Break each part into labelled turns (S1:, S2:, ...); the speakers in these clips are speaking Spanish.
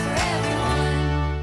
S1: for everyone.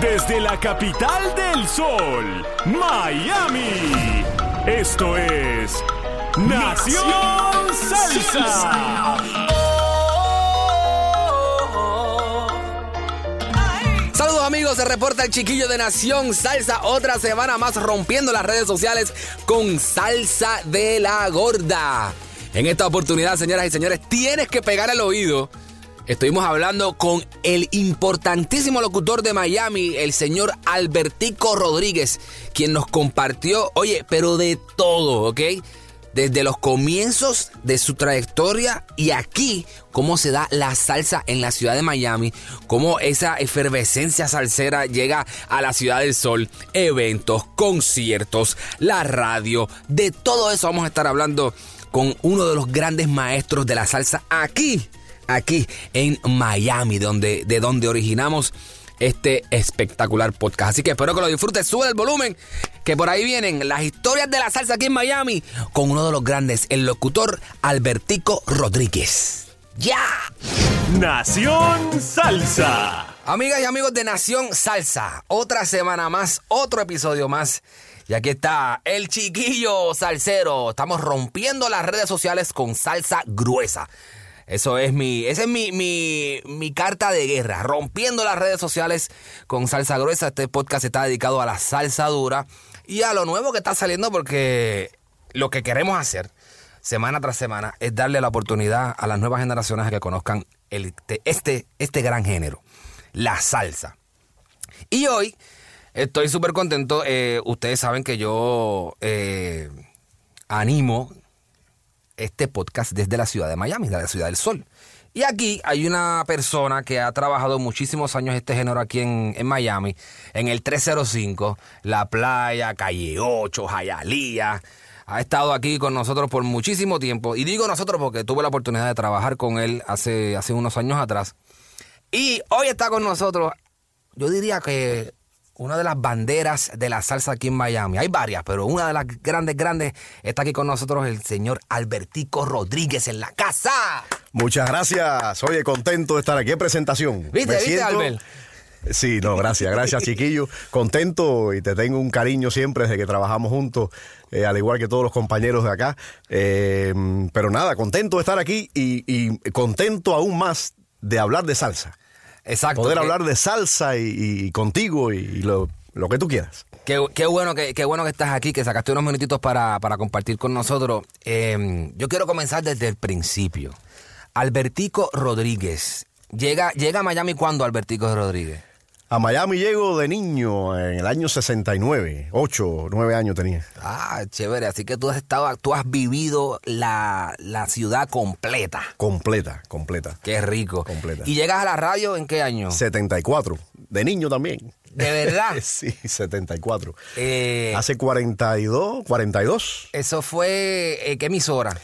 S2: Desde la capital del sol, Miami. Esto es Nación Salsa.
S3: Saludos amigos, se reporta el chiquillo de Nación Salsa, otra semana más rompiendo las redes sociales con Salsa de la Gorda. En esta oportunidad, señoras y señores, tienes que pegar el oído. Estuvimos hablando con el importantísimo locutor de Miami, el señor Albertico Rodríguez, quien nos compartió, oye, pero de todo, ¿ok? desde los comienzos de su trayectoria y aquí cómo se da la salsa en la ciudad de Miami, cómo esa efervescencia salsera llega a la ciudad del sol, eventos, conciertos, la radio, de todo eso vamos a estar hablando con uno de los grandes maestros de la salsa aquí, aquí en Miami, donde, de donde originamos este espectacular podcast. Así que espero que lo disfrutes. Sube el volumen, que por ahí vienen las historias de la salsa aquí en Miami con uno de los grandes, el locutor Albertico Rodríguez. ¡Ya!
S2: Nación Salsa.
S3: Amigas y amigos de Nación Salsa, otra semana más, otro episodio más. Y aquí está el chiquillo salsero. Estamos rompiendo las redes sociales con salsa gruesa. Eso es mi, esa es mi, mi, mi carta de guerra. Rompiendo las redes sociales con salsa gruesa. Este podcast está dedicado a la salsa dura y a lo nuevo que está saliendo porque lo que queremos hacer semana tras semana es darle la oportunidad a las nuevas generaciones a que conozcan el- este- este, este gran género, la salsa. Y hoy estoy súper contento. Eh, ustedes saben que yo eh, animo este podcast desde la ciudad de Miami, de la ciudad del sol. Y aquí hay una persona que ha trabajado muchísimos años este género aquí en, en Miami, en el 305, La Playa, Calle 8, Jayalía. Ha estado aquí con nosotros por muchísimo tiempo. Y digo nosotros porque tuve la oportunidad de trabajar con él hace, hace unos años atrás. Y hoy está con nosotros, yo diría que una de las banderas de la salsa aquí en Miami. Hay varias, pero una de las grandes, grandes está aquí con nosotros el señor Albertico Rodríguez en la casa.
S4: Muchas gracias. Oye, contento de estar aquí en presentación.
S3: ¿Viste,
S4: Me
S3: viste, Albert?
S4: Sí, no, gracias, gracias, chiquillo. Contento y te tengo un cariño siempre desde que trabajamos juntos, eh, al igual que todos los compañeros de acá. Eh, pero nada, contento de estar aquí y, y contento aún más de hablar de salsa.
S3: Exacto.
S4: Poder
S3: que-
S4: hablar de salsa y, y contigo y, y lo, lo que tú quieras.
S3: Qué, qué bueno que, qué bueno que estás aquí, que sacaste unos minutitos para, para compartir con nosotros. Eh, yo quiero comenzar desde el principio. Albertico Rodríguez. Llega, llega a Miami cuando Albertico Rodríguez.
S4: A Miami llego de niño en el año 69, 8, 9 años tenía.
S3: Ah, chévere. Así que tú has estado, tú has vivido la, la ciudad completa.
S4: Completa, completa.
S3: Qué rico.
S4: Completa.
S3: ¿Y llegas a la radio en qué año?
S4: 74, de niño también.
S3: De verdad.
S4: Sí, 74.
S3: Eh,
S4: Hace 42, 42.
S3: eso fue. eh, ¿Qué emisora?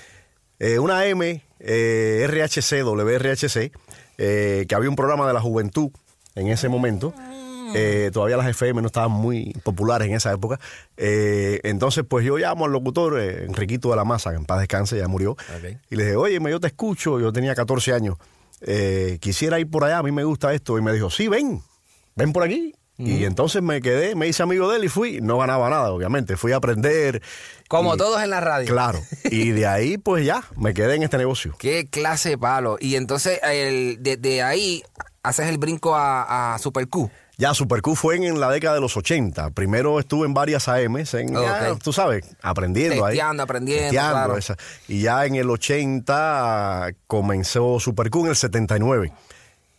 S4: eh, una M, eh, RHC, WRHC, eh, que había un programa de la juventud en ese momento. Eh, todavía las FM no estaban muy populares en esa época. Eh, entonces, pues yo llamo al locutor, eh, Enriquito de la Maza, que en paz descanse, ya murió.
S3: Ok.
S4: Y le dije, oye, yo te escucho, yo tenía 14 años, eh, quisiera ir por allá, a mí me gusta esto. Y me dijo, sí, ven, ven por aquí. Y entonces me quedé, me hice amigo de él y fui. No ganaba nada, obviamente. Fui a aprender.
S3: Como
S4: Y-
S3: todos en la radio.
S4: Claro. Y de ahí, pues ya, me quedé en este negocio.
S3: Qué clase de palo. Y entonces, el- desde ahí, haces el brinco a, a Super Q.
S4: Ya, Super Q fue en, en la década de los 80. Primero estuve en varias AMs, en, ya,
S3: Ok.
S4: tú sabes, aprendiendo ahí.
S3: Testeando, aprendiendo,
S4: Testeando,
S3: claro.
S4: esa. Y ya en el 80 comenzó Super Q en el 79.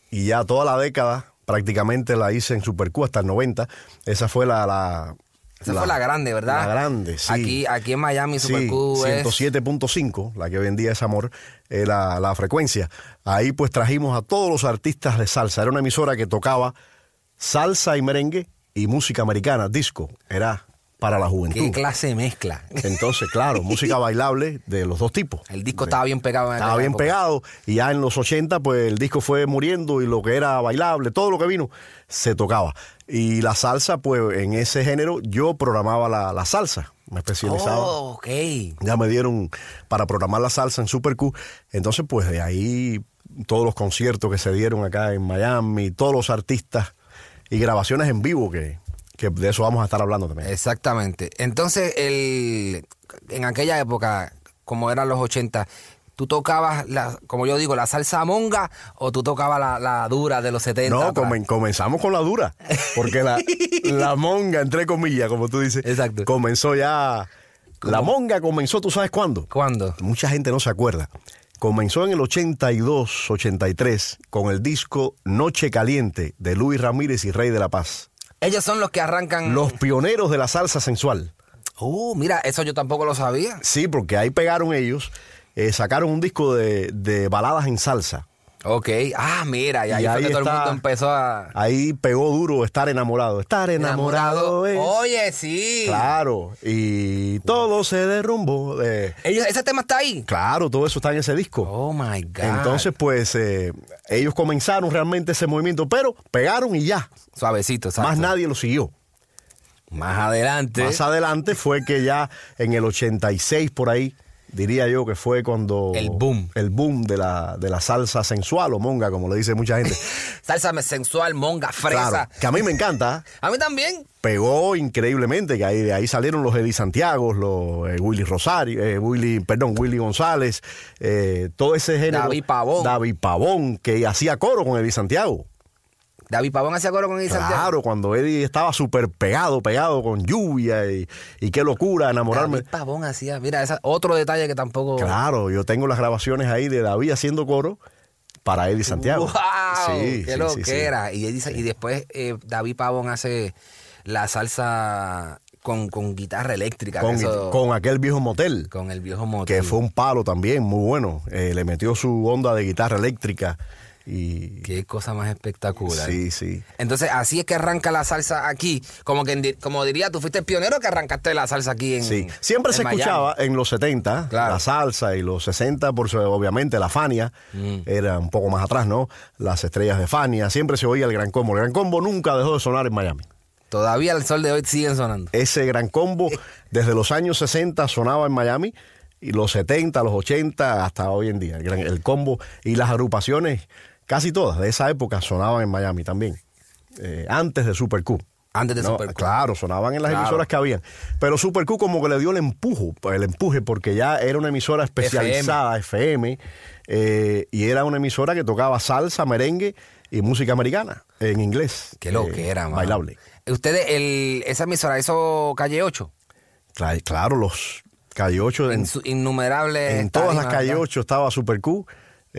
S4: Y ya toda la década prácticamente la hice en Super Q hasta el 90. Esa fue la... la
S3: Esa fue la grande, ¿verdad?
S4: La grande, sí.
S3: Aquí, aquí en Miami, Super
S4: Sí,
S3: Q es-
S4: 107.5, la que vendía ese amor, eh, la, la frecuencia. Ahí pues trajimos a todos los artistas de salsa. Era una emisora que tocaba salsa y merengue y música americana, disco. Era para la
S3: Qué
S4: juventud.
S3: clase de mezcla.
S4: Entonces, claro, música bailable de los dos tipos.
S3: El disco estaba bien pegado. en
S4: Estaba
S3: aquella
S4: bien
S3: época.
S4: pegado y ya en los 80 pues el disco fue muriendo y lo que era bailable, todo lo que vino, se tocaba. Y la salsa pues en ese género yo programaba la, la salsa, me especializaba.
S3: Oh, ok.
S4: Ya me dieron para programar la salsa en Super Q. Entonces, pues de ahí todos los conciertos que se dieron acá en Miami, todos los artistas y grabaciones en vivo que, que de eso vamos a estar hablando también.
S3: Exactamente. Entonces, el, en aquella época, como eran los 80, ¿tú tocabas, la, como yo digo, la salsa monga o tú tocabas la, la dura de los 70?
S4: No,
S3: Para-
S4: comen- comenzamos con la dura, porque la, la monga, entre comillas, como tú dices,
S3: Exacto.
S4: comenzó ya... La monga comenzó, ¿tú sabes cuándo?
S3: ¿Cuándo?
S4: Mucha gente no se acuerda. Comenzó en el 82, 83, con el disco Noche Caliente de Luis Ramírez y Rey de la Paz.
S3: Ellos son los que arrancan.
S4: Los pioneros de la salsa sensual.
S3: Uh, mira, eso yo tampoco lo sabía.
S4: Sí, porque ahí pegaron ellos, eh, sacaron un disco de, de baladas en salsa.
S3: Ok. Ah, mira, y ahí,
S4: Y
S3: fue
S4: ahí
S3: que todo el
S4: está-
S3: mundo empezó a.
S4: Ahí pegó duro estar enamorado. Estar enamorado, es.
S3: Oye, sí.
S4: Claro. Y todo se derrumbó. de-
S3: Ellos- ese tema está ahí.
S4: claro, todo eso está en ese disco.
S3: Oh my God.
S4: Entonces, pues, eh, ellos comenzaron realmente ese movimiento, pero pegaron y ya.
S3: Suavecito, exacto.
S4: Más nadie lo siguió.
S3: Más adelante.
S4: Más adelante fue que ya en el 86 por ahí, diría yo que fue cuando...
S3: El boom.
S4: El boom de la, de la salsa sensual o monga, como le dice mucha gente.
S3: Salsa sensual, monga, fresa.
S4: claro, que a mí me encanta. ¿eh?
S3: A mí también.
S4: Pegó increíblemente, que ahí, de ahí salieron los Eddie Santiago, los eh, Willy Rosario, eh, Willy, perdón, Willy González, eh, todo ese género.
S3: David Pavón.
S4: David Pavón, que hacía coro con Eddie Santiago.
S3: David Pavón hacía coro con Eddie Santiago.
S4: Claro, cuando Eddie estaba súper pegado, pegado con lluvia y, y qué locura enamorarme.
S3: David Pavón hacía. Mira, esa, otro detalle que tampoco.
S4: Claro, yo tengo las grabaciones ahí de David haciendo coro para Eddie Santiago.
S3: ¡Wow! ¡Qué
S4: Sí, sí, sí, sí.
S3: loquera! Y, él dice- y después eh, David Pavón hace la salsa con, con guitarra eléctrica.
S4: Con,
S3: que eso-
S4: con aquel viejo motel,
S3: con el viejo motor.
S4: que fue un palo también, muy bueno. Eh, le metió su onda de guitarra eléctrica y...
S3: Qué eh. cosa más espectacular.
S4: Sí, sí.
S3: Entonces, así es que arranca la salsa aquí. Como que en di- como diría, tú fuiste el pionero que arrancaste la salsa aquí en.
S4: Sí, siempre
S3: en
S4: se
S3: Miami.
S4: escuchaba en los 70,
S3: Claro.
S4: la salsa y los 60, por su- obviamente la Fania,
S3: Mm.
S4: era un poco más atrás, ¿no? Las estrellas de Fania, siempre se oía el Gran Combo. El Gran Combo nunca dejó de sonar en Miami.
S3: Todavía el sol de hoy siguen sonando.
S4: Ese Gran Combo
S3: Eh.
S4: desde los años 60 sonaba en Miami y los 70, los 80 hasta hoy en día. El, gran- el combo y las agrupaciones, casi todas de esa época sonaban en Miami también, eh, antes de Super Q.
S3: Antes de
S4: No,
S3: Super Q.
S4: Claro, sonaban en las
S3: Claro.
S4: emisoras que habían. Pero Super Q como que le dio el empujo, el empuje, porque ya era una emisora especializada, FM, eh, y era una emisora que tocaba salsa, merengue y música americana en inglés.
S3: Qué lo que
S4: eh,
S3: era, mano.
S4: Bailable.
S3: Ustedes, el, esa emisora hizo calle 8.
S4: Cla- Claro, los calle 8 en,
S3: En su innumerables.
S4: en todas las
S3: tarimas,
S4: calle
S3: ¿verdad?
S4: 8 estaba Super Q.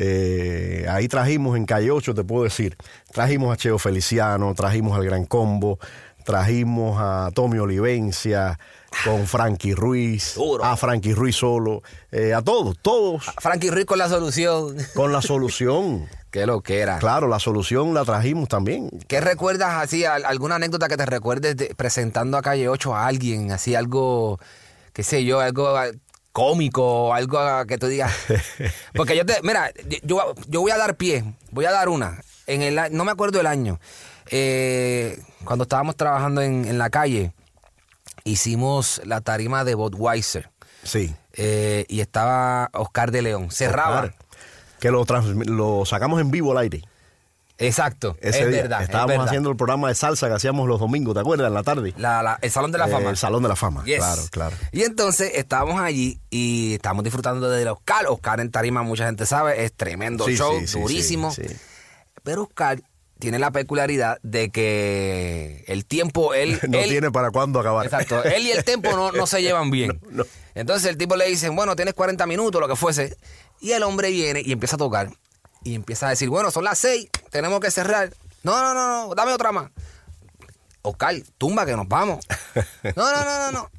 S4: Eh, ahí trajimos en calle 8, te puedo decir, trajimos a Cheo Feliciano, trajimos al Gran Combo, trajimos a Tommy Olivencia, con Frankie Ruiz,
S3: Duro.
S4: a Frankie Ruiz solo, eh, a todos, todos
S3: Frankie Ruiz con la solución.
S4: con la solución.
S3: Qué lo que era.
S4: Claro, la solución la trajimos también.
S3: ¿Qué recuerdas así? al- ¿Alguna anécdota que te recuerdes de- presentando a Calle 8 a alguien? Así algo, qué sé yo, algo ah, cómico, algo ah, que tú digas. Porque yo te, mira, yo, yo voy a dar pie, voy a dar una. En el, a- no me acuerdo el año. Eh, cuando estábamos trabajando en, en la calle, hicimos la tarima de Budweiser.
S4: Sí.
S3: eh, y estaba Oscar de León. Cerraba.
S4: Claro. Que lo, transmi- lo sacamos en vivo al aire.
S3: Exacto.
S4: Ese
S3: es
S4: día.
S3: verdad. es
S4: Estábamos
S3: verdad.
S4: haciendo el programa de salsa que hacíamos los domingos, ¿te acuerdas? En la tarde.
S3: La- la- el Salón de la
S4: Eh,
S3: Fama.
S4: El Salón de la Fama.
S3: Yes.
S4: Claro, claro.
S3: Y entonces estábamos allí y estábamos disfrutando de Oscar. Oscar en Tarima, mucha gente sabe, es tremendo
S4: Sí,
S3: show,
S4: sí, sí,
S3: durísimo.
S4: sí, sí.
S3: Pero Oscar tiene la peculiaridad de que el tiempo, él...
S4: No
S3: él-
S4: tiene para cuándo acabar.
S3: Exacto. Él y el tempo no, no se llevan bien.
S4: No, no.
S3: Entonces el tipo le dicen, bueno, tienes 40 minutos, lo que fuese. Y el hombre viene y empieza a tocar. Y empieza a decir, bueno, son las 6, tenemos que cerrar. No, no, no, no, dame otra más. Oscar, tumba que nos vamos. No, no, no, no, no.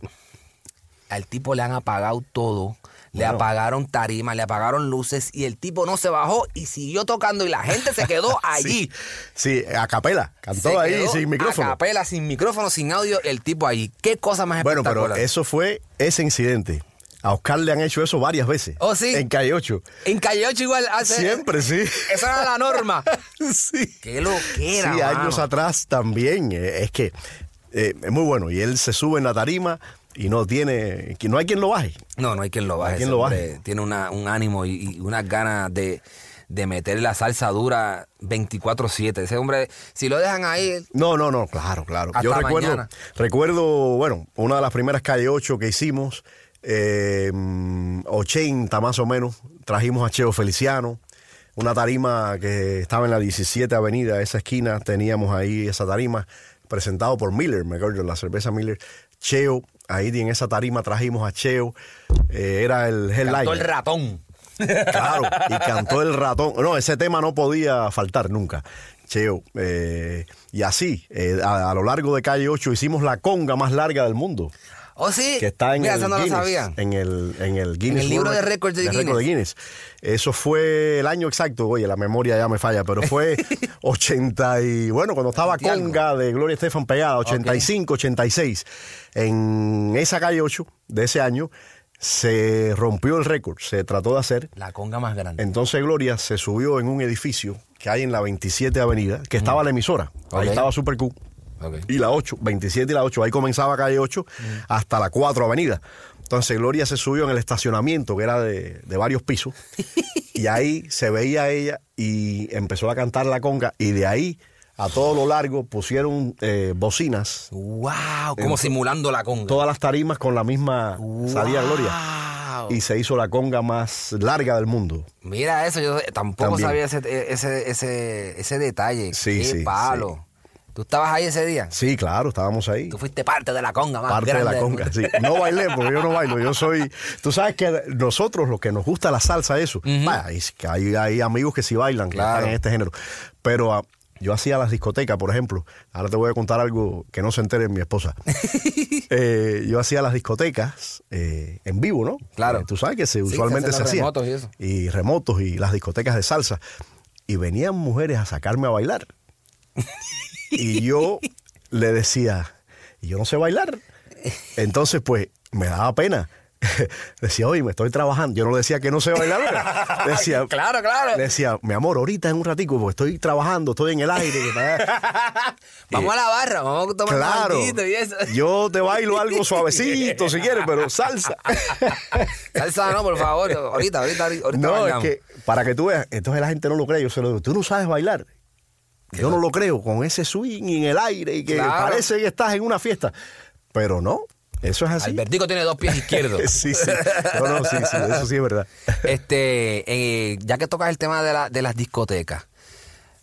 S3: Al tipo le han apagado todo. Le apagaron tarima, le apagaron luces y el tipo no se bajó y siguió tocando y la gente se quedó allí.
S4: Sí, a capela. Cantó
S3: Se
S4: ahí
S3: quedó
S4: sin micrófono.
S3: A capela, sin micrófono, sin audio, el tipo ahí. Qué cosa más
S4: Bueno,
S3: espectacular.
S4: pero eso fue ese incidente. A Oscar le han hecho eso varias veces.
S3: Oh, sí.
S4: En Calle 8.
S3: En Calle Ocho igual hace.
S4: Siempre, sí.
S3: Esa era la norma.
S4: sí.
S3: Qué loquera.
S4: Sí, años
S3: mano.
S4: atrás también. Eh, Es que eh, es muy bueno. Y él se sube en la tarima y no tiene. que No hay quien lo baje.
S3: No, no hay quien lo baje.
S4: Hay quien
S3: ese
S4: lo
S3: hombre
S4: baje.
S3: Tiene una- un ánimo y, y unas ganas de, de meter la salsa dura 24-7. Ese hombre, si lo dejan ahí.
S4: No, no, no, claro, claro.
S3: Hasta
S4: Yo recuerdo,
S3: mañana.
S4: recuerdo, bueno, una de las primeras calle 8 que hicimos, eh, 80 más o menos, trajimos a Cheo Feliciano, una tarima que estaba en la 17 Avenida, esa esquina, teníamos ahí esa tarima, presentado por Miller, me acuerdo, la cerveza Miller, Cheo, ahí en esa tarima trajimos a Cheo, eh, era el headliner.
S3: Todo el ratón.
S4: Claro, y cantó el ratón. No, ese tema no podía faltar nunca. Cheo, eh, y así, eh, a, a lo largo de calle 8 hicimos la conga más larga del mundo,
S3: Oh, sí.
S4: que está en,
S3: Mira,
S4: el,
S3: esa no la
S4: Guinness,
S3: sabía.
S4: en el en el Guinness
S3: el libro
S4: World
S3: de récords de
S4: récord Eso fue el año exacto, oye, la memoria ya me falla, pero fue 80 y bueno, cuando estaba
S3: Ochenta y algo.
S4: conga de Gloria Estefan pegada, 85, 86, en esa calle 8 de ese año se rompió el récord, se trató de hacer
S3: La conga más grande.
S4: entonces Gloria se subió en un edificio que hay en la 27 Avenida, que estaba la emisora.
S3: Mm. Ok.
S4: Ahí estaba Super Q.
S3: Ok. Mm.
S4: Y la 8, 27 y la 8. Ahí comenzaba calle 8 hasta la 4 Avenida. Entonces Gloria se subió en el estacionamiento, que era de, de varios pisos. y ahí se veía a ella y empezó a cantar la conga. Y de ahí a todo lo largo pusieron eh, bocinas.
S3: ¡Wow! Como simulando la conga.
S4: Todas las tarimas con la misma salida Gloria.
S3: ¡Guau!
S4: Y se hizo la conga más larga del mundo.
S3: Mira eso, yo tampoco
S4: También.
S3: sabía ese, ese, ese, ese detalle.
S4: Sí,
S3: Qué
S4: sí,
S3: palo. ¿Tú estabas ahí ese día?
S4: Sí, claro, estábamos ahí.
S3: Tú fuiste parte de la conga más
S4: parte de
S3: grande
S4: la
S3: del
S4: conga.
S3: mundo.
S4: Sí. No bailé porque yo no bailo. Yo soy. Tú sabes que nosotros, los que nos gusta la salsa, eso. vaya, es que hay, hay amigos que sí bailan, que
S3: Claro.
S4: están en este género. Pero ah, yo hacía las discotecas, por ejemplo. Ahora te voy a contar algo que no se entere mi esposa. Eh, yo hacía las discotecas eh, en vivo, ¿no?
S3: Claro.
S4: Eh, tú sabes que se,
S3: Sí, se
S4: usualmente
S3: hacen
S4: se
S3: los
S4: hacía.
S3: remotos y eso.
S4: Y remotos y las discotecas de salsa. Y venían mujeres a sacarme a bailar. Y yo le decía, yo no sé bailar. Entonces, pues, me daba pena. decía, oye, me estoy trabajando. Yo no le decía que no sé bailar. ¿verdad? Decía,
S3: Claro, claro.
S4: Le decía, mi amor, ahorita en un ratico, porque estoy trabajando, estoy en el aire. que está-
S3: Vamos a la barra, vamos a tomar
S4: claro.
S3: un maldito y eso.
S4: Yo te bailo algo suavecito, si quieres, pero salsa.
S3: Salsa no, por favor. Ahorita, ahorita, ahorita
S4: No, es
S3: bailamos.
S4: que para que tú veas, entonces la gente no lo cree, yo se lo digo, tú no sabes bailar. Yo no lo creo, con ese swing en el aire y que
S3: Claro.
S4: parece que estás en una fiesta. Pero no, eso es así.
S3: Albertico tiene dos pies izquierdos.
S4: sí, sí. No, no, sí, sí, eso sí es verdad.
S3: Este, eh, ya que tocas el tema de, la- de las discotecas,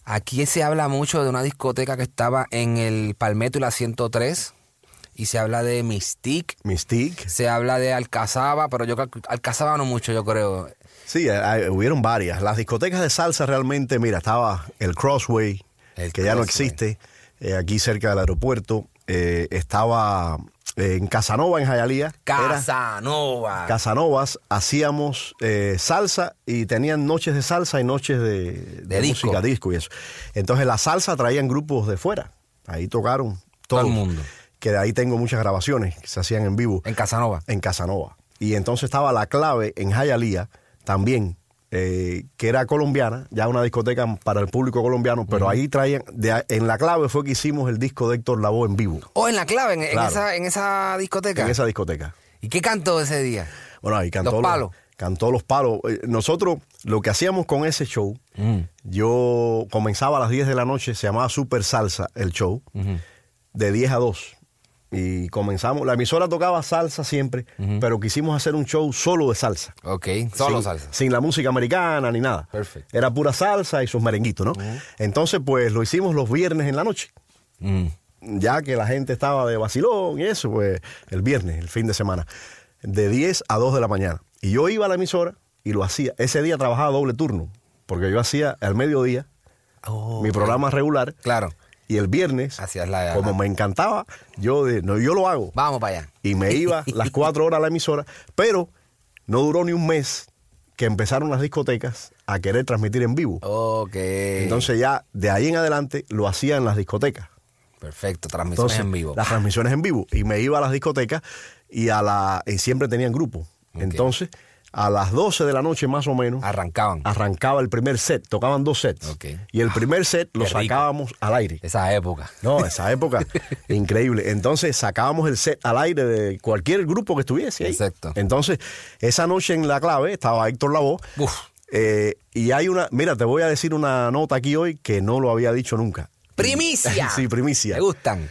S3: aquí se habla mucho de una discoteca que estaba en el Palmetto y la 103, y se habla de Mystique,
S4: Mystique.
S3: se habla de Alcazaba, pero yo creo que Alcazaba no mucho, yo creo.
S4: Sí, eh, eh, hubieron varias. Las discotecas de salsa realmente, mira, estaba el Crossway,
S3: El
S4: que ya no
S3: Crossway.
S4: existe, eh, aquí cerca del aeropuerto. Eh, estaba eh, en Casanova, en Jayalía. Era-
S3: Casanova.
S4: Ah. Casanovas hacíamos eh, salsa y tenían noches de salsa y noches de, de
S3: disco.
S4: música, disco y eso. Entonces la salsa traían grupos de fuera. Ahí tocaron
S3: Todo el
S4: todos.
S3: mundo.
S4: Que de ahí tengo muchas grabaciones que se hacían en vivo
S3: en Casanova.
S4: en Casanova. Y entonces estaba la clave en Jayalía también, eh, que era colombiana, ya una discoteca para el público colombiano, pero ahí traían, de a- en la clave fue que hicimos el disco de Héctor Lavoe en vivo,
S3: O en la clave, en, en
S4: Claro.
S3: esa, en esa discoteca.
S4: en esa discoteca.
S3: ¿Y qué cantó ese día?
S4: Bueno, ahí cantó
S3: Los palos.
S4: cantó los palos. Eh, Nosotros lo que hacíamos con ese show,
S3: Mm.
S4: yo comenzaba a las 10 de la noche, se llamaba Super Salsa el show, de 10 a 2. y comenzamos. La emisora tocaba salsa siempre, pero quisimos hacer un show solo de salsa.
S3: Ok, solo
S4: sin,
S3: salsa.
S4: Sin la música americana ni nada.
S3: Perfecto.
S4: Era pura salsa y sus merenguitos, ¿no? Entonces, pues lo hicimos los viernes en la noche.
S3: Mm.
S4: Ya que la gente estaba de vacilón y eso, pues el viernes, el fin de semana. De 10 a 2 de la mañana. Y yo iba a la emisora y lo hacía. Ese día trabajaba doble turno, porque yo hacía al mediodía
S3: Oh,
S4: mi programa regular.
S3: Claro.
S4: Y el viernes,
S3: Hacías la-
S4: como me encantaba, yo, de, no, yo lo hago
S3: Vamos para allá.
S4: y me iba las cuatro horas a la emisora, pero no duró ni un mes que empezaron las discotecas a querer transmitir en vivo.
S3: Ok.
S4: Entonces ya de ahí en adelante lo hacía en las discotecas.
S3: Perfecto, transmisiones
S4: Entonces,
S3: en vivo.
S4: Las transmisiones en vivo. Y me iba a las discotecas y a la y siempre tenían grupo. Entonces, a las 12 de la noche más o menos,
S3: Arrancaban.
S4: Ah. arrancaba el primer set, tocaban dos sets.
S3: Ok. Ah,
S4: Y el primer set lo
S3: Qué rico.
S4: sacábamos al aire.
S3: Esa época.
S4: No, esa época, increíble. Entonces sacábamos el set al aire de cualquier grupo que estuviese ahí.
S3: Exacto.
S4: Entonces, esa noche en la clave estaba Héctor Lavoe.
S3: Uf.
S4: Eh, y hay una, mira, te voy a decir una nota aquí hoy que no lo había dicho nunca.
S3: Primicia.
S4: sí, primicia.
S3: Me gustan.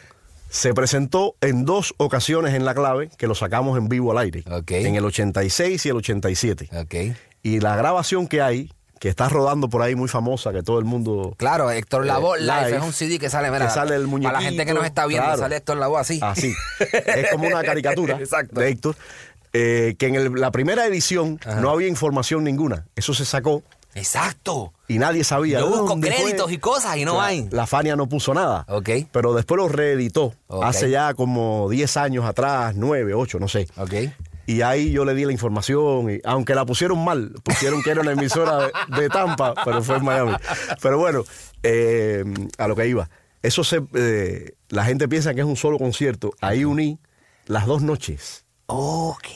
S4: Se presentó en dos ocasiones en la clave que lo sacamos en vivo al aire.
S3: Ok.
S4: En el 86 y el 87.
S3: Ok.
S4: Y la grabación que hay, que está rodando por ahí muy famosa, que todo el mundo...
S3: Claro, Héctor Lavoe
S4: Eh,
S3: Live,
S4: Live,
S3: es un CD que sale, mira,
S4: que sale el muñequito.
S3: Para la gente que nos está viendo,
S4: claro.
S3: sale Héctor Lavoe así.
S4: Así. es como una caricatura
S3: Exacto.
S4: de Héctor. eh, que en el- la primera edición no había información ninguna. Eso se sacó
S3: Exacto.
S4: y nadie sabía.
S3: Yo
S4: ¿de
S3: busco
S4: dónde
S3: créditos y cosas y no
S4: La-
S3: hay.
S4: La Fania no puso nada.
S3: Ok.
S4: Pero después lo reeditó
S3: Ok.
S4: hace ya como 10 años atrás, 9, 8, no sé.
S3: Ok.
S4: Y ahí yo le di la información, y, aunque la pusieron mal, pusieron que era una emisora de, de Tampa, pero fue en Miami. Pero bueno, eh, a lo que iba. Eso se, eh, la gente piensa que es un solo concierto. Ahí uní las dos noches.
S3: Ok.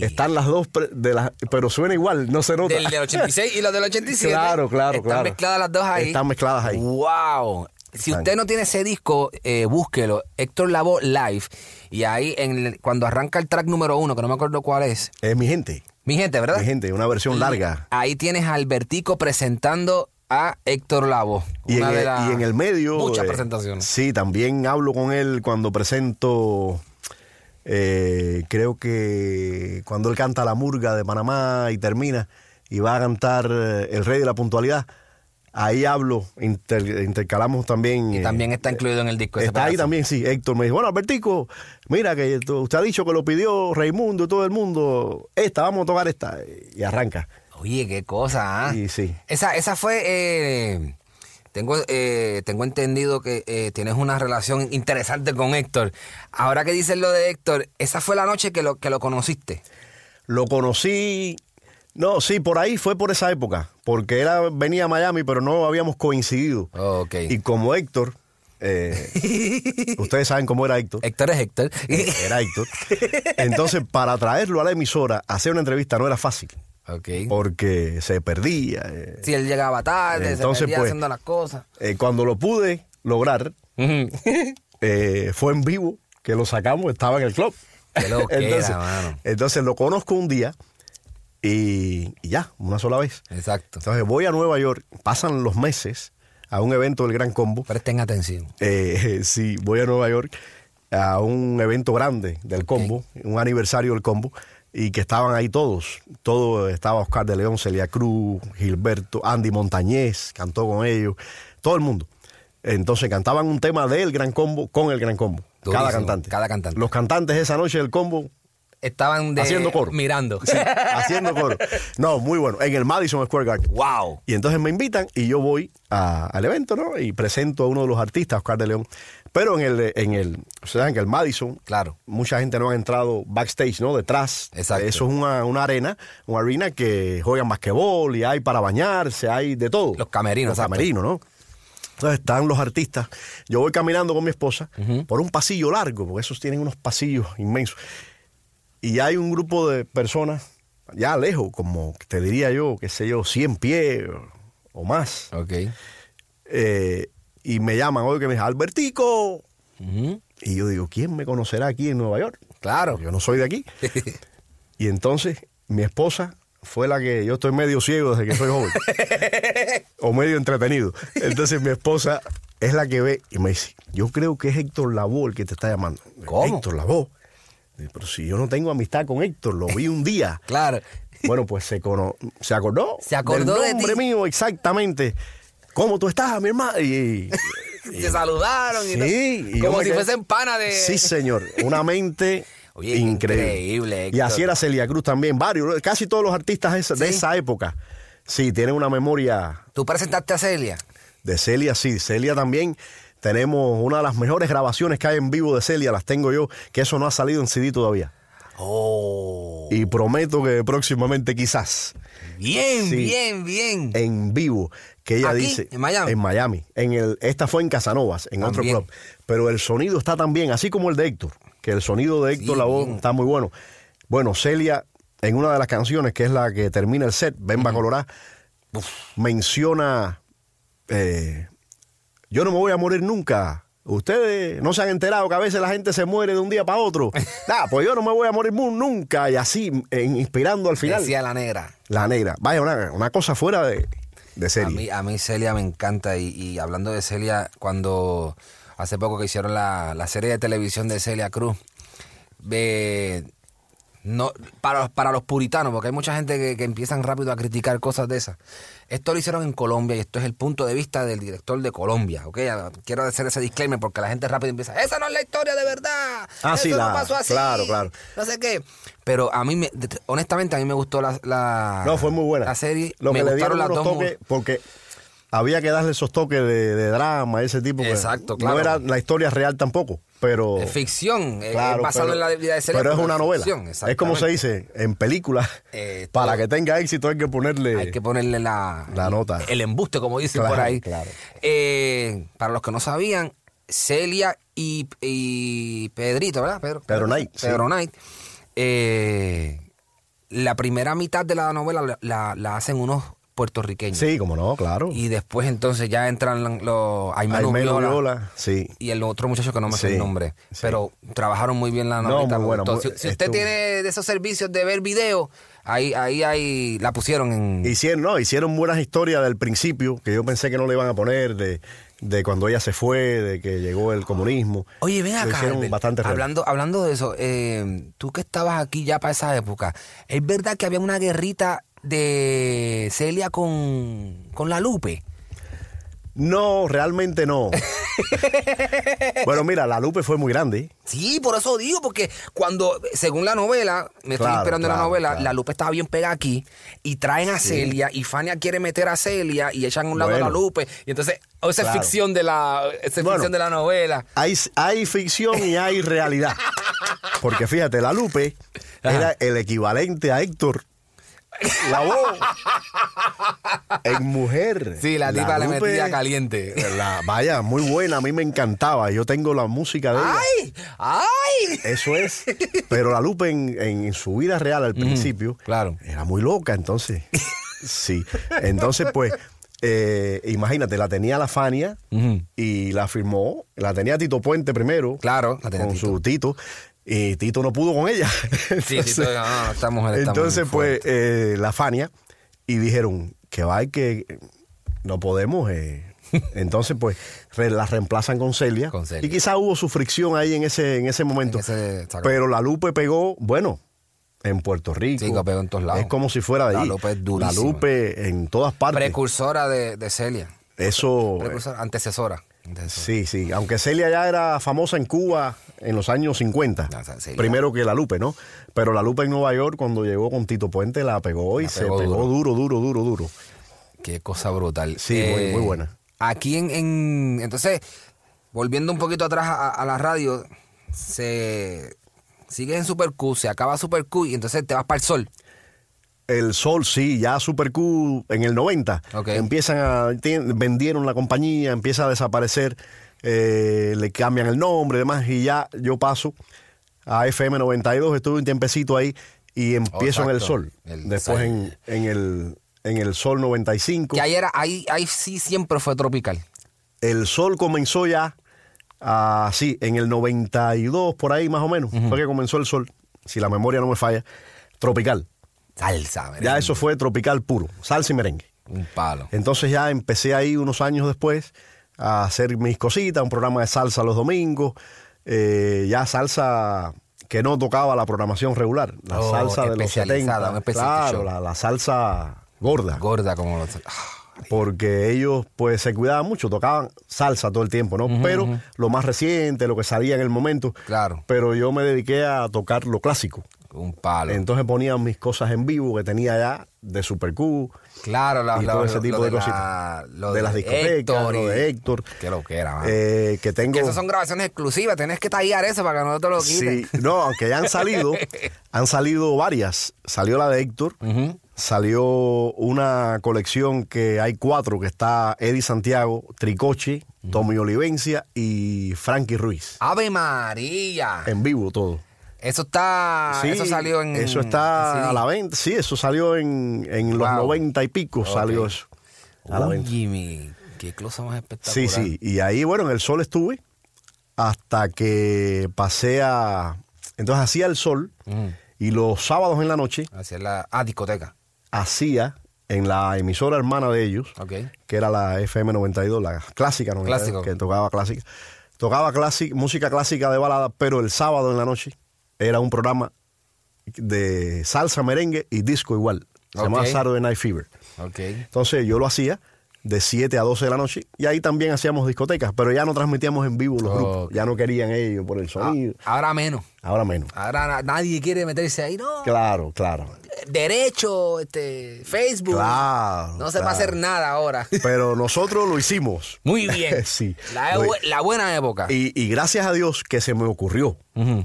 S4: Están las dos, pre- de las, pero suena igual, no se nota.
S3: Del, del 86 y los del 87.
S4: Claro, claro,
S3: Están
S4: claro.
S3: mezcladas las dos ahí. Uh.
S4: Están mezcladas ahí.
S3: Wow. Si
S4: Están.
S3: usted no tiene ese disco, eh, búsquelo. Héctor Lavoe Live. Y ahí, en el- cuando arranca el track número uno, que no me acuerdo cuál es.
S4: Es mi gente,
S3: Mi gente, ¿verdad?
S4: mi gente, una versión larga.
S3: Ahí tienes a Albertico presentando a Héctor Lavoe.
S4: Y en,
S3: Una de
S4: el,
S3: las
S4: y en el medio.
S3: Muchas
S4: eh,
S3: presentaciones.
S4: Sí, también hablo con él cuando presento. eh, creo que cuando él canta La Murga de Panamá y termina y va a cantar eh, El Rey de la Puntualidad, ahí hablo, inter- intercalamos también. eh,
S3: También está incluido en el disco. ese
S4: Está ahí
S3: pedazo.
S4: también, sí. Héctor me dijo, bueno, Albertico, mira que tú- usted ha dicho que lo pidió Raimundo y todo el mundo. Esta, vamos a tocar esta. Y arranca.
S3: Oye, qué cosa, ¿ah?
S4: Sí, sí.
S3: Esa, esa fue. eh, tengo, eh, tengo entendido que eh, tienes una relación interesante con Héctor. Ahora que dices lo de Héctor, esa fue la noche que lo, que lo conociste.
S4: Lo conocí. No, sí, por ahí fue por esa época. Porque era, venía a Miami, pero no habíamos coincidido.
S3: Ok.
S4: Y como Héctor, eh, ustedes saben cómo era Héctor.
S3: Héctor es Héctor.
S4: Era Héctor. Entonces, para traerlo a la emisora, hacer una entrevista no era fácil.
S3: ok.
S4: Porque se perdía. eh.
S3: Si él llegaba tarde,
S4: Entonces,
S3: se perdía
S4: pues,
S3: haciendo las cosas.
S4: Eh, cuando lo pude lograr,
S3: Ujú.
S4: eh, fue en vivo que lo sacamos, estaba en el club.
S3: Qué loquera,
S4: entonces,
S3: mano.
S4: entonces lo conozco un día y, y ya, una sola vez.
S3: Exacto.
S4: Entonces voy a Nueva York, pasan los meses a un evento del Gran Combo.
S3: Presten atención.
S4: Eh, sí, voy a Nueva York a un evento grande del Combo, un aniversario del Combo, y que estaban ahí todos. Todo estaba Oscar de León, Celia Cruz, Gilberto, Andy Montañez, cantó con ellos, todo el mundo. Entonces cantaban un tema del Gran Combo con el Gran Combo.
S3: Durísimo,
S4: cada cantante.
S3: cada cantante.
S4: Los cantantes esa noche del combo
S3: Estaban de-
S4: Haciendo coro.
S3: mirando.
S4: haciendo coro. No, muy bueno. En el Madison Square Garden.
S3: ¡Wow!
S4: Y entonces me invitan y yo voy a- al evento, ¿no? Y presento a uno de los artistas, Oscar de León. Pero en el, en el, o sea, en el Madison,
S3: Claro.
S4: mucha gente no ha entrado backstage, ¿no? Detrás.
S3: Exacto.
S4: Eso es una, una arena, una arena que juegan basquetbol y hay para bañarse, hay de todo.
S3: Los camerinos,
S4: Los
S3: exacto.
S4: camerinos, ¿no? Entonces están los artistas. Yo voy caminando con mi esposa por un pasillo largo, porque esos tienen unos pasillos inmensos. Y hay un grupo de personas, ya lejos, como te diría yo, qué sé yo, 100 pies o- o más.
S3: Ok.
S4: Eh, y me llaman, oye, que me dicen, Albertico.
S3: Ujú.
S4: Y yo digo, ¿quién me conocerá aquí en Nueva York?
S3: Claro.
S4: Yo no soy de aquí. Y entonces mi esposa fue la que yo estoy medio ciego desde que soy joven. o medio entretenido. Entonces mi esposa es la que ve y me dice, yo creo que es Héctor Lavoe el que te está llamando.
S3: ¿Cómo?
S4: Héctor Lavoe. Digo, Pero si yo no tengo amistad con Héctor, lo vi un día.
S3: Claro.
S4: Bueno, pues se, cono- se acordó.
S3: Se acordó de
S4: del nombre
S3: ti.
S4: mío exactamente. ¿Cómo tú estás, mi hermano? Y,
S3: Se saludaron y todo.
S4: sí, y yo
S3: Como
S4: me
S3: si
S4: quedé-
S3: fuesen pana de.
S4: Sí, señor. Una mente
S3: Oye,
S4: increíble.
S3: increíble,
S4: y
S3: Héctor.
S4: así era Celia Cruz también. Varios, casi todos los artistas de esa, de
S3: Sí.
S4: esa época. Sí, tienen una memoria
S3: Tú presentaste a Celia.
S4: de Celia, sí. Celia también. Tenemos una de las mejores grabaciones que hay en vivo de Celia, las tengo yo, que eso no ha salido en CD todavía.
S3: Oh.
S4: Y prometo que próximamente quizás
S3: Bien,
S4: Sí. Eh,
S3: bien, bien.
S4: en vivo, que ella
S3: Aquí,
S4: dice...
S3: en Miami.
S4: En Miami. En el, esta fue en Casanovas, en otro
S3: También.
S4: club. Pero el sonido está tan bien, así como el de Héctor, que el sonido de Héctor Lavoe
S3: bien.
S4: está muy bueno. Bueno, Celia, en una de las canciones, que es la que termina el set, Bemba Colorá, menciona... eh, yo no me voy a morir nunca. Ustedes no se han enterado que a veces la gente se muere de un día para otro. Nah, pues yo no me voy a morir mu- nunca. Y así, eh, inspirando al final.
S3: Decía la negra.
S4: La negra. Vaya, una, una cosa fuera de, de
S3: A
S4: serie.
S3: mí, a mí Celia me encanta. Y, y hablando de Celia, cuando hace poco que hicieron la, la serie de televisión de Celia Cruz, eh, no, para, para los puritanos, porque hay mucha gente que, que empiezan rápido a criticar cosas de esas. Esto lo hicieron en Colombia y esto es el punto de vista del director de Colombia. ¿ok? Ah, Quiero hacer ese disclaimer porque la gente rápido empieza, esa no es la historia de verdad.
S4: Ah,
S3: Eso
S4: sí,
S3: no
S4: la-
S3: pasó así.
S4: claro, claro.
S3: No sé qué. Pero a mí, me- honestamente, a mí me gustó la, la-
S4: no, fue muy buena.
S3: La serie,
S4: Lo
S3: me
S4: que le
S3: gustaron
S4: dieron
S3: las
S4: unos
S3: dos mu-
S4: toques, porque había que darle esos toques de, de drama, ese tipo. que
S3: Exacto, claro.
S4: No era la historia real tampoco, pero...
S3: Es ficción, es-
S4: Claro,
S3: es basado
S4: pero-
S3: en la vida de Celia.
S4: Pero es una novela.
S3: ficción,
S4: es como se dice en películas.
S3: Eh,
S4: para
S3: todo-
S4: que tenga éxito hay que ponerle...
S3: Hay que ponerle la,
S4: La nota.
S3: El embuste, como dicen
S4: Claro,
S3: por ahí.
S4: claro.
S3: Eh, para los que no sabían, Celia y, y Pedrito, ¿verdad? Pedro,
S4: Pedro Knight, sí.
S3: Pedro Knight. eh, la primera mitad de la novela la, la- la hacen unos puertorriqueños.
S4: Sí, como no, claro.
S3: Y después entonces ya entran los Aimé
S4: Al menos
S3: Nubiola
S4: viola. Sí.
S3: y el otro muchacho que no me sé
S4: Sí,
S3: el nombre.
S4: sí.
S3: Pero trabajaron muy bien la
S4: No,
S3: novela.
S4: muy bueno,
S3: Entonces,
S4: muy-
S3: si, si usted
S4: estuvo-
S3: tiene de esos servicios de ver video, ahí, ahí, ahí la pusieron en.
S4: Hicieron, no, hicieron buenas historias del principio, que yo pensé que no le iban a poner, de, de cuando ella se fue, de que llegó el comunismo.
S3: Oye, ven
S4: Lo
S3: acá.
S4: hicieron
S3: Albert.
S4: bastante real.
S3: hablando, hablando de eso, eh, tú que estabas aquí ya para esa época, ¿es verdad que había una guerrita de Celia con, con la Lupe?
S4: No, realmente no. bueno, mira, la Lupe fue muy grande.
S3: Sí, por eso digo, porque cuando, según la novela, me estoy
S4: Claro,
S3: esperando la
S4: claro,
S3: novela,
S4: claro.
S3: la Lupe estaba bien pegada aquí, y traen a Celia, y Fania quiere meter a Celia, y echan a un lado a la
S4: Bueno.
S3: Lupe, y entonces, o esa
S4: Claro.
S3: es ficción de la, esa es
S4: Bueno.
S3: ficción de la novela.
S4: Hay, hay ficción y hay realidad. Porque fíjate, la Lupe
S3: Ajá.
S4: era el equivalente a Héctor. La voz. En mujer.
S3: Sí, la tipa le
S4: Lupe,
S3: metía caliente.
S4: la- vaya, muy buena, a mí me encantaba. Yo tengo la música de ella.
S3: ¡Ay! ¡Ay!
S4: Eso es. Pero la Lupe en, en- en su vida real al principio.
S3: claro.
S4: Era muy loca, entonces. sí. Entonces, pues, eh, imagínate, la tenía la Fania y la firmó. La tenía Tito Puente primero.
S3: Claro, la tenía
S4: Con
S3: Tito.
S4: su Tito. Y Tito no pudo con ella.
S3: Sí, Tito, no, no, esta mujer está muy
S4: Entonces, pues,
S3: fuerte.
S4: eh, la Fania. Y dijeron que va, que no podemos. eh. Entonces, pues, re- la reemplazan con Celia.
S3: Con Celia.
S4: Y quizá hubo su fricción ahí en ese, en ese momento.
S3: En ese- está
S4: pero la Lupe pegó, bueno, en Puerto Rico.
S3: Sí, que pegó en todos lados.
S4: Es como si fuera de
S3: La
S4: ahí.
S3: Lupe es durísima.
S4: La Lupe en todas partes.
S3: Precursora de, de Celia.
S4: Eso.
S3: Precursora, antecesora. antecesora.
S4: Sí, sí. Aunque Celia ya era famosa en Cuba en los años 50.
S3: No, o sea, Ah, Celia-
S4: primero que la Lupe, ¿no? Pero la Lupe en Nueva York, cuando llegó con Tito Puente, la pegó y
S3: La
S4: se
S3: pegó
S4: pegó duro, duro, duro, duro.
S3: Qué cosa brutal. Eh,
S4: Sí, muy- muy buena.
S3: Aquí en, en- Entonces, volviendo un poquito atrás a, a la radio, se. Sigues en Super Q, se acaba Super Q y entonces te vas para el sol.
S4: El Sol, sí, ya Super Q en el 90.
S3: Ok.
S4: Empiezan a. tien- vendieron la compañía, empieza a desaparecer, eh, le cambian el nombre y demás, y ya yo paso a FM 92, estuve un tiempecito ahí y empiezo en el
S3: Oh, Exacto.
S4: Sol.
S3: El
S4: Después
S3: Sol.
S4: en, en el, en el Sol 95.
S3: Que ahí era, ahí, ahí sí siempre fue tropical.
S4: El Sol comenzó ya, ah, sí, en el 92, por ahí más o menos, fue que comenzó el Sol, si la memoria no me falla, tropical.
S3: Salsa, ¿verdad?
S4: Ya eso fue tropical puro, salsa y merengue.
S3: Un palo.
S4: Entonces ya empecé ahí unos años después a hacer mis cositas, un programa de salsa los domingos, eh, ya salsa que no tocaba la programación regular, la
S3: Oh,
S4: salsa de los
S3: especializada,
S4: 70,
S3: un especial show.
S4: claro, la, la salsa gorda,
S3: Gorda como los. ah,
S4: porque ellos pues se cuidaban mucho, tocaban salsa todo el tiempo, ¿no? Pero lo más reciente, lo que salía en el momento,
S3: Claro.
S4: pero yo me dediqué a tocar lo clásico.
S3: Un palo.
S4: Entonces ponían mis cosas en vivo que tenía ya de Super Q.
S3: Claro, la-
S4: y
S3: la-
S4: todo
S3: lo-
S4: ese tipo
S3: lo
S4: de,
S3: de la-
S4: cositas.
S3: lo
S4: de,
S3: de
S4: las discotecas,
S3: Héctor y-
S4: lo de Héctor.
S3: Qué loquera, mano.
S4: Eh, que tengo.
S3: Que esas son grabaciones exclusivas, tenés que tallar eso para que no te lo quiten.
S4: Sí, no, aunque ya han salido, han salido varias. Salió la de Héctor, salió una colección que hay cuatro, que está Eddie Santiago, Tricoche, Tommy Olivencia y Frankie Ruiz.
S3: Ave María.
S4: En vivo todo.
S3: Eso está.
S4: Sí,
S3: Ah, eso salió en.
S4: Eso
S3: en
S4: está
S3: CD.
S4: a la venta. Sí, eso salió en, en los
S3: Wow.
S4: noventa y pico, salió eso. A la
S3: Uy,
S4: venta.
S3: Jimmy, qué cosa más espectacular.
S4: Sí, sí. Y ahí, bueno, en el sol estuve hasta que pasé a. Entonces hacía el sol y los sábados en la noche
S3: Hacia la. Ah, discoteca.
S4: hacía en la emisora hermana de ellos,
S3: Ok.
S4: que era la FM 92, la clásica 92,
S3: Clásico.
S4: que tocaba clásica. Tocaba clásica, música clásica de balada, pero el sábado en la noche era un programa de salsa, merengue y disco igual. Se
S3: Ok.
S4: llamaba Saturday Night Fever.
S3: Ok.
S4: Entonces yo lo hacía de 7 a 12 de la noche y ahí también hacíamos discotecas, pero ya no transmitíamos en vivo los
S3: Oh,
S4: grupos.
S3: ok.
S4: Ya no querían ellos por el
S3: Ah,
S4: sonido.
S3: ahora menos.
S4: Ahora menos.
S3: Ahora na- nadie quiere meterse ahí, no.
S4: Claro, claro.
S3: Derecho, este, Facebook.
S4: Claro,
S3: No se va a
S4: claro.
S3: hacer nada ahora.
S4: Pero nosotros lo hicimos.
S3: Muy bien.
S4: Sí.
S3: La,
S4: Lo-
S3: la buena época.
S4: Y, y gracias a Dios que se me ocurrió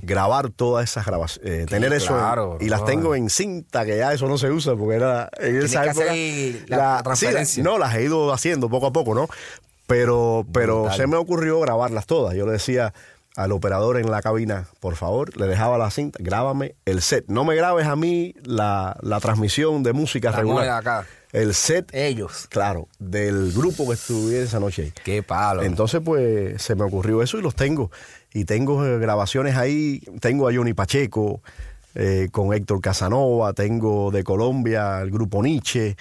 S4: grabar todas esas grabaciones, tener eso. en-
S3: claro,
S4: y las
S3: bro.
S4: tengo en cinta, que ya eso no se usa porque era en esa
S3: que
S4: época.
S3: hacer la- la transferencia.
S4: sí, la- no, las he ido haciendo poco a poco, ¿no? Pero, pero
S3: Brutal.
S4: se me ocurrió grabarlas todas. Yo le decía al operador en la cabina, por favor, le dejaba la cinta, grábame el set. No me grabes a mí la, la transmisión de música
S3: La
S4: regular.
S3: nueva acá.
S4: El set,
S3: Ellos.
S4: claro, del grupo que estuviera esa noche ahí.
S3: Qué palo.
S4: Entonces, pues se me ocurrió eso y los tengo. Y tengo eh, grabaciones ahí. Tengo a Johnny Pacheco eh, con Héctor Casanova. Tengo de Colombia el grupo Nietzsche.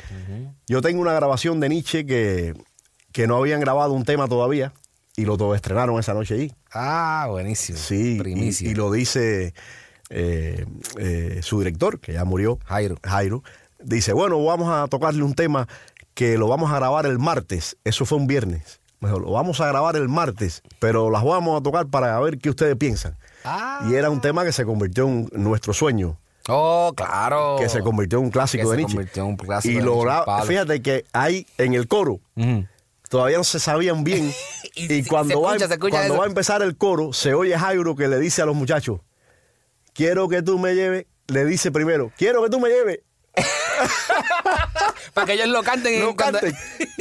S4: Yo tengo una grabación de Nietzsche que, que no habían grabado un tema todavía y lo todo estrenaron esa noche ahí.
S3: ah, buenísimo.
S4: Sí, y,
S3: Primicia.
S4: y lo dice eh, eh, su director, que ya murió.
S3: Jairo.
S4: Jairo. Dice, bueno, vamos a tocarle un tema que lo vamos a grabar el martes. Eso fue un viernes. Me dijo, lo vamos a grabar el martes, pero las vamos a tocar para ver qué ustedes piensan.
S3: Ah.
S4: Y era un tema que se convirtió en nuestro sueño,
S3: Oh, claro.
S4: que se convirtió en un clásico
S3: Que
S4: de
S3: se
S4: Nietzsche.
S3: convirtió en un clásico
S4: y
S3: de
S4: lo
S3: Nietzsche,
S4: gra-
S3: palo.
S4: fíjate que hay en el coro
S3: Ujú.
S4: todavía no se sabían bien.
S3: Y
S4: y,
S3: se-
S4: cuando,
S3: se
S4: va,
S3: escucha, se escucha
S4: cuando
S3: eso.
S4: va a empezar el coro, se oye Jairo que le dice a los muchachos, quiero que tú me lleves, le dice primero, quiero que tú me lleves.
S3: Para que ellos lo canten y
S4: No
S3: cuando-
S4: cantes.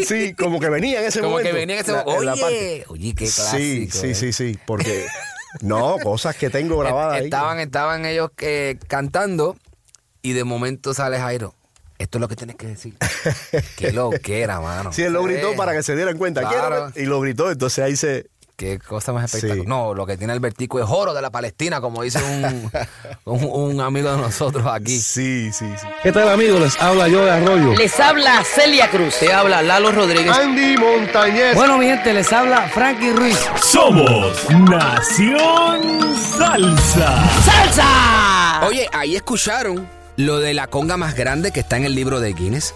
S4: Sí, como que venía en ese
S3: Como
S4: momento.
S3: que venía en ese
S4: la-
S3: momento.
S4: en la
S3: Oye,
S4: parte.
S3: oye, qué clásico.
S4: Sí, sí,
S3: eh.
S4: sí, sí, porque... No, cosas que tengo grabadas ahí.
S3: Estaban, estaban ellos que, cantando y de momento sale Jairo. Esto es lo que tienes que decir. qué loquera, mano.
S4: Sí, él lo gritó
S3: Eh,
S4: para que se dieran cuenta. "Quiero
S3: claro.
S4: que-", Y lo gritó, entonces ahí se...
S3: Qué cosa más espectacular.
S4: Sí.
S3: No, lo que tiene Albertico es oro de la Palestina, como dice un, un, un amigo de nosotros aquí.
S4: Sí, sí, sí.
S5: ¿Qué tal amigos? Les habla yo de Arroyo.
S6: Les habla Celia Cruz. Te habla Lalo Rodríguez.
S4: Andy Montañez.
S6: Bueno, mi gente, les habla Frankie Ruiz.
S2: Somos Nación Salsa.
S6: ¡Salsa!
S3: Oye, ahí escucharon lo de la conga más grande que está en el libro de Guinness.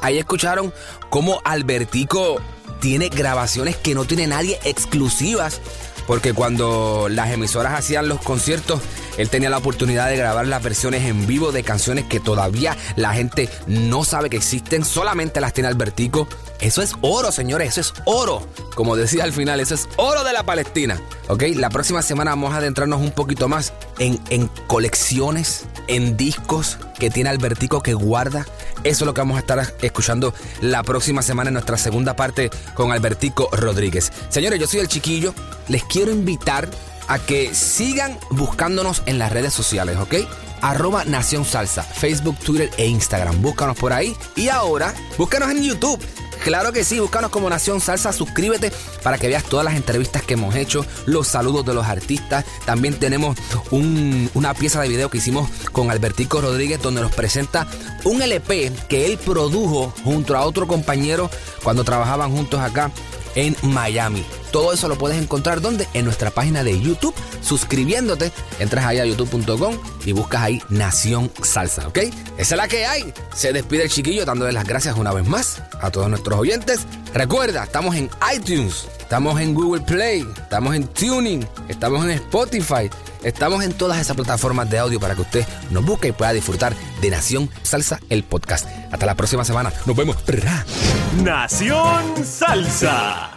S3: Ahí escucharon cómo Albertico tiene grabaciones que no tiene nadie exclusivas. Porque cuando las emisoras hacían los conciertos, él tenía la oportunidad de grabar las versiones en vivo de canciones que todavía la gente no sabe que existen, solamente las tiene Albertico. Eso es oro, señores, eso es oro. Como decía al final, eso es oro de la Palestina. Ok, la próxima semana vamos a adentrarnos un poquito más en, en colecciones, en discos que tiene Albertico que guarda. Eso es lo que vamos a estar escuchando la próxima semana en nuestra segunda parte con Albertico Rodríguez. Señores, yo soy el chiquillo. Les quiero invitar a que sigan buscándonos en las redes sociales, ¿ok? Arroba Nación Salsa, Facebook, Twitter e Instagram. Búscanos por ahí. Y ahora, búscanos en YouTube. Claro que sí, búscanos como Nación Salsa, suscríbete para que veas todas las entrevistas que hemos hecho, los saludos de los artistas. También tenemos un- una pieza de video que hicimos con Albertico Rodríguez donde nos presenta un LP que él produjo junto a otro compañero cuando trabajaban juntos acá en Miami. Todo eso lo puedes encontrar ¿dónde? En nuestra página de YouTube, suscribiéndote. Entras ahí a youtube.com y buscas ahí Nación Salsa, ¿ok? Esa es la que hay. Se despide el chiquillo dándole las gracias una vez más a todos nuestros oyentes. Recuerda, estamos en iTunes, estamos en Google Play, estamos en Tuning, estamos en Spotify, estamos en todas esas plataformas de audio para que usted nos busque y pueda disfrutar de Nación Salsa, el podcast. Hasta la próxima semana. Nos vemos. Ra.
S2: Nación Salsa.